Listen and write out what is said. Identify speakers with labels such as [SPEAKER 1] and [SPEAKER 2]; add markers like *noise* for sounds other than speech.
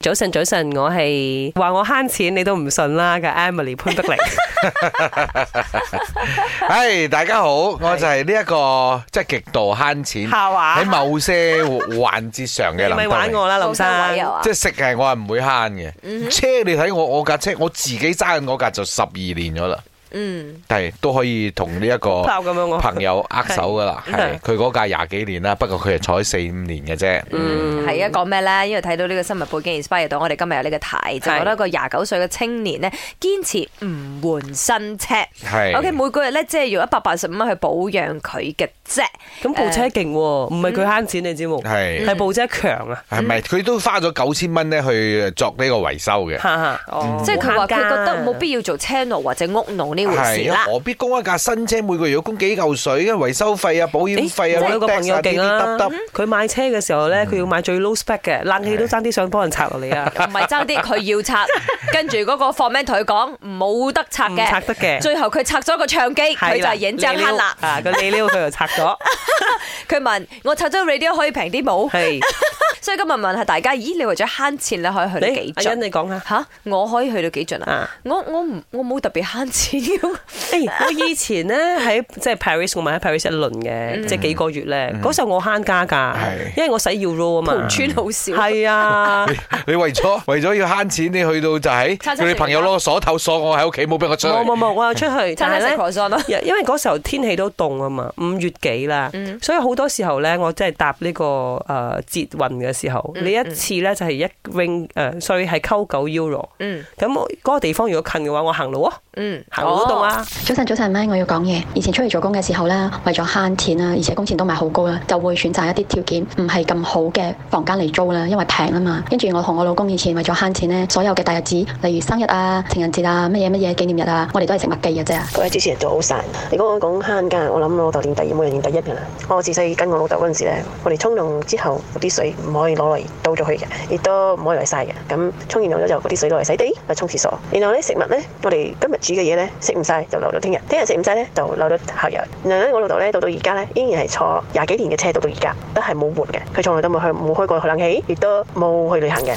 [SPEAKER 1] 早晨，早晨，我係話我慳錢，你都唔信啦嘅 Emily 潘碧 *laughs* 玲。
[SPEAKER 2] 唉，大家好，我就係呢一個即係極度慳錢
[SPEAKER 1] 下話
[SPEAKER 2] 喺某些環節上嘅
[SPEAKER 1] 你
[SPEAKER 2] 林
[SPEAKER 1] 咪玩
[SPEAKER 2] 德
[SPEAKER 1] 我啊嗯
[SPEAKER 2] 榮。
[SPEAKER 1] 啦，林生。
[SPEAKER 3] 啊
[SPEAKER 2] 即係食係我係唔會慳嘅，車你睇我我架車我自己揸緊嗰架就十二年咗啦，
[SPEAKER 3] 嗯，
[SPEAKER 2] 但係都可以同呢一個
[SPEAKER 1] 炮咁樣我
[SPEAKER 2] 朋友握手噶啦，
[SPEAKER 1] 係嗯
[SPEAKER 2] 係佢嗰架廿幾年啦，不過佢係坐咗四五年嘅啫。
[SPEAKER 1] 嗯
[SPEAKER 3] 係啊，講咩咧？因為睇到呢個新聞背景 inspire 到我哋今日有呢個題，就
[SPEAKER 1] 係
[SPEAKER 3] 覺得一個廿九歲嘅青年呢，堅持唔換新車。
[SPEAKER 2] 係
[SPEAKER 3] OK，每個月咧即係用一百八十五蚊去保養佢嘅啫。
[SPEAKER 1] 咁部車勁喎，唔係佢慳錢，你知冇？
[SPEAKER 2] 係
[SPEAKER 1] 係部車強啊！
[SPEAKER 2] 係咪佢都花咗九千蚊咧去作呢個維修嘅？
[SPEAKER 1] 哈哈，哦
[SPEAKER 3] 即係佢
[SPEAKER 1] 冇慳
[SPEAKER 3] 話佢
[SPEAKER 1] 家
[SPEAKER 3] 覺得冇必要做車奴或者屋奴呢回
[SPEAKER 2] 係
[SPEAKER 3] 事
[SPEAKER 2] 啊
[SPEAKER 3] 啦。
[SPEAKER 2] 何必供一架新車每個月要供幾嚿水嘅維修費啊、保險費啊、
[SPEAKER 1] 我有個
[SPEAKER 2] tax 啊
[SPEAKER 1] 朋友勁嗯啦
[SPEAKER 2] 呢啲得得，
[SPEAKER 1] 佢買車嘅時候咧，佢要買最 low spec 嘅，冷氣都爭啲想幫人拆落嚟啊！
[SPEAKER 3] 唔係爭啲，佢要
[SPEAKER 1] *laughs*
[SPEAKER 3] 拆，跟住嗰個 foreman 同佢講冇得拆
[SPEAKER 1] 唔
[SPEAKER 3] 嘅，
[SPEAKER 1] 嗯拆得嘅
[SPEAKER 3] 最後佢拆咗個唱機，佢
[SPEAKER 1] 係
[SPEAKER 3] 就
[SPEAKER 1] 啦
[SPEAKER 3] 係認真慳啦。
[SPEAKER 1] 啊個你撩佢又拆咗，
[SPEAKER 3] 佢問我拆咗 radio 可以平啲冇？
[SPEAKER 1] 係
[SPEAKER 3] *laughs* 所以今日問下大家，咦？你為咗慳錢，你可以去到
[SPEAKER 1] 你
[SPEAKER 3] 幾
[SPEAKER 1] 阿欣
[SPEAKER 3] 盡？
[SPEAKER 1] 你講下。
[SPEAKER 3] 吓，我可以去到幾盡啊
[SPEAKER 1] 啊？
[SPEAKER 3] 我我唔我冇特別慳錢嘅，
[SPEAKER 1] 誒，哎我以前咧 *laughs* 喺即係 Paris，我咪喺 Paris 一輪
[SPEAKER 3] 嗯
[SPEAKER 1] 嘅，即係幾個月咧。嗰時候我慳家㗎
[SPEAKER 2] 係，
[SPEAKER 1] 因為我使 Euro 啊嘛
[SPEAKER 3] *laughs* 盤。村好少。
[SPEAKER 1] 係啊，
[SPEAKER 2] 你為咗 *laughs* 為咗要慳錢，你去到就係
[SPEAKER 3] 餐餐
[SPEAKER 2] 叫你朋友攞個鎖頭鎖我喺屋企，冇俾我出去。
[SPEAKER 1] 冇冇冇，我又出去，
[SPEAKER 3] 餐
[SPEAKER 1] 但
[SPEAKER 3] 餐食
[SPEAKER 1] 係
[SPEAKER 3] c
[SPEAKER 1] 咧。
[SPEAKER 3] r o 咯，
[SPEAKER 1] 因因為嗰時候天氣都凍啊嘛，五月幾啦，
[SPEAKER 3] 嗯
[SPEAKER 1] 所以好多時候咧，我真係搭呢、個誒捷運嘅時候，
[SPEAKER 3] 嗯
[SPEAKER 1] 你一次咧就係一 ring 誒、所以係溝九 euro。
[SPEAKER 3] 嗯
[SPEAKER 1] 咁我嗰個地方如果近嘅話，我行路啊，
[SPEAKER 3] 嗯，
[SPEAKER 1] 行路都凍啊。
[SPEAKER 4] 早晨，早晨，MY，我要講嘢。以前出嚟做工嘅時候呢，為咗慳錢啊啦，而且工錢都唔係好高啦，就會選擇一啲條件唔係咁好嘅房間嚟租啦，因為平啊嘛。跟住我同我老公以前為咗慳錢呢，所有嘅大日子，例如生日啊、情人節啊、乜嘢乜嘢紀念日啊，我哋都係食麥記嘅啫。
[SPEAKER 5] 各位主持人早晨，你講我講慳家，我諗我老豆點第二，冇人點第一㗎啦。我自細跟我老豆嗰陣時咧，我哋沖涼之後嗰啲水唔可以攞嚟倒咗去嘅，亦都唔可以嚟晒嘅。咁沖完涼咗之後，嗰啲水攞嚟洗地，嚟沖廁所。然後咧食物咧，我哋今日煮嘅嘢咧食唔晒就留到聽日，聽日食唔晒咧就留到後日。然後咧我老豆咧到到而家咧，依然係坐廿幾年嘅車到到而家，都係冇換嘅。佢從來都冇去冇開過冷氣，亦都冇去旅行嘅。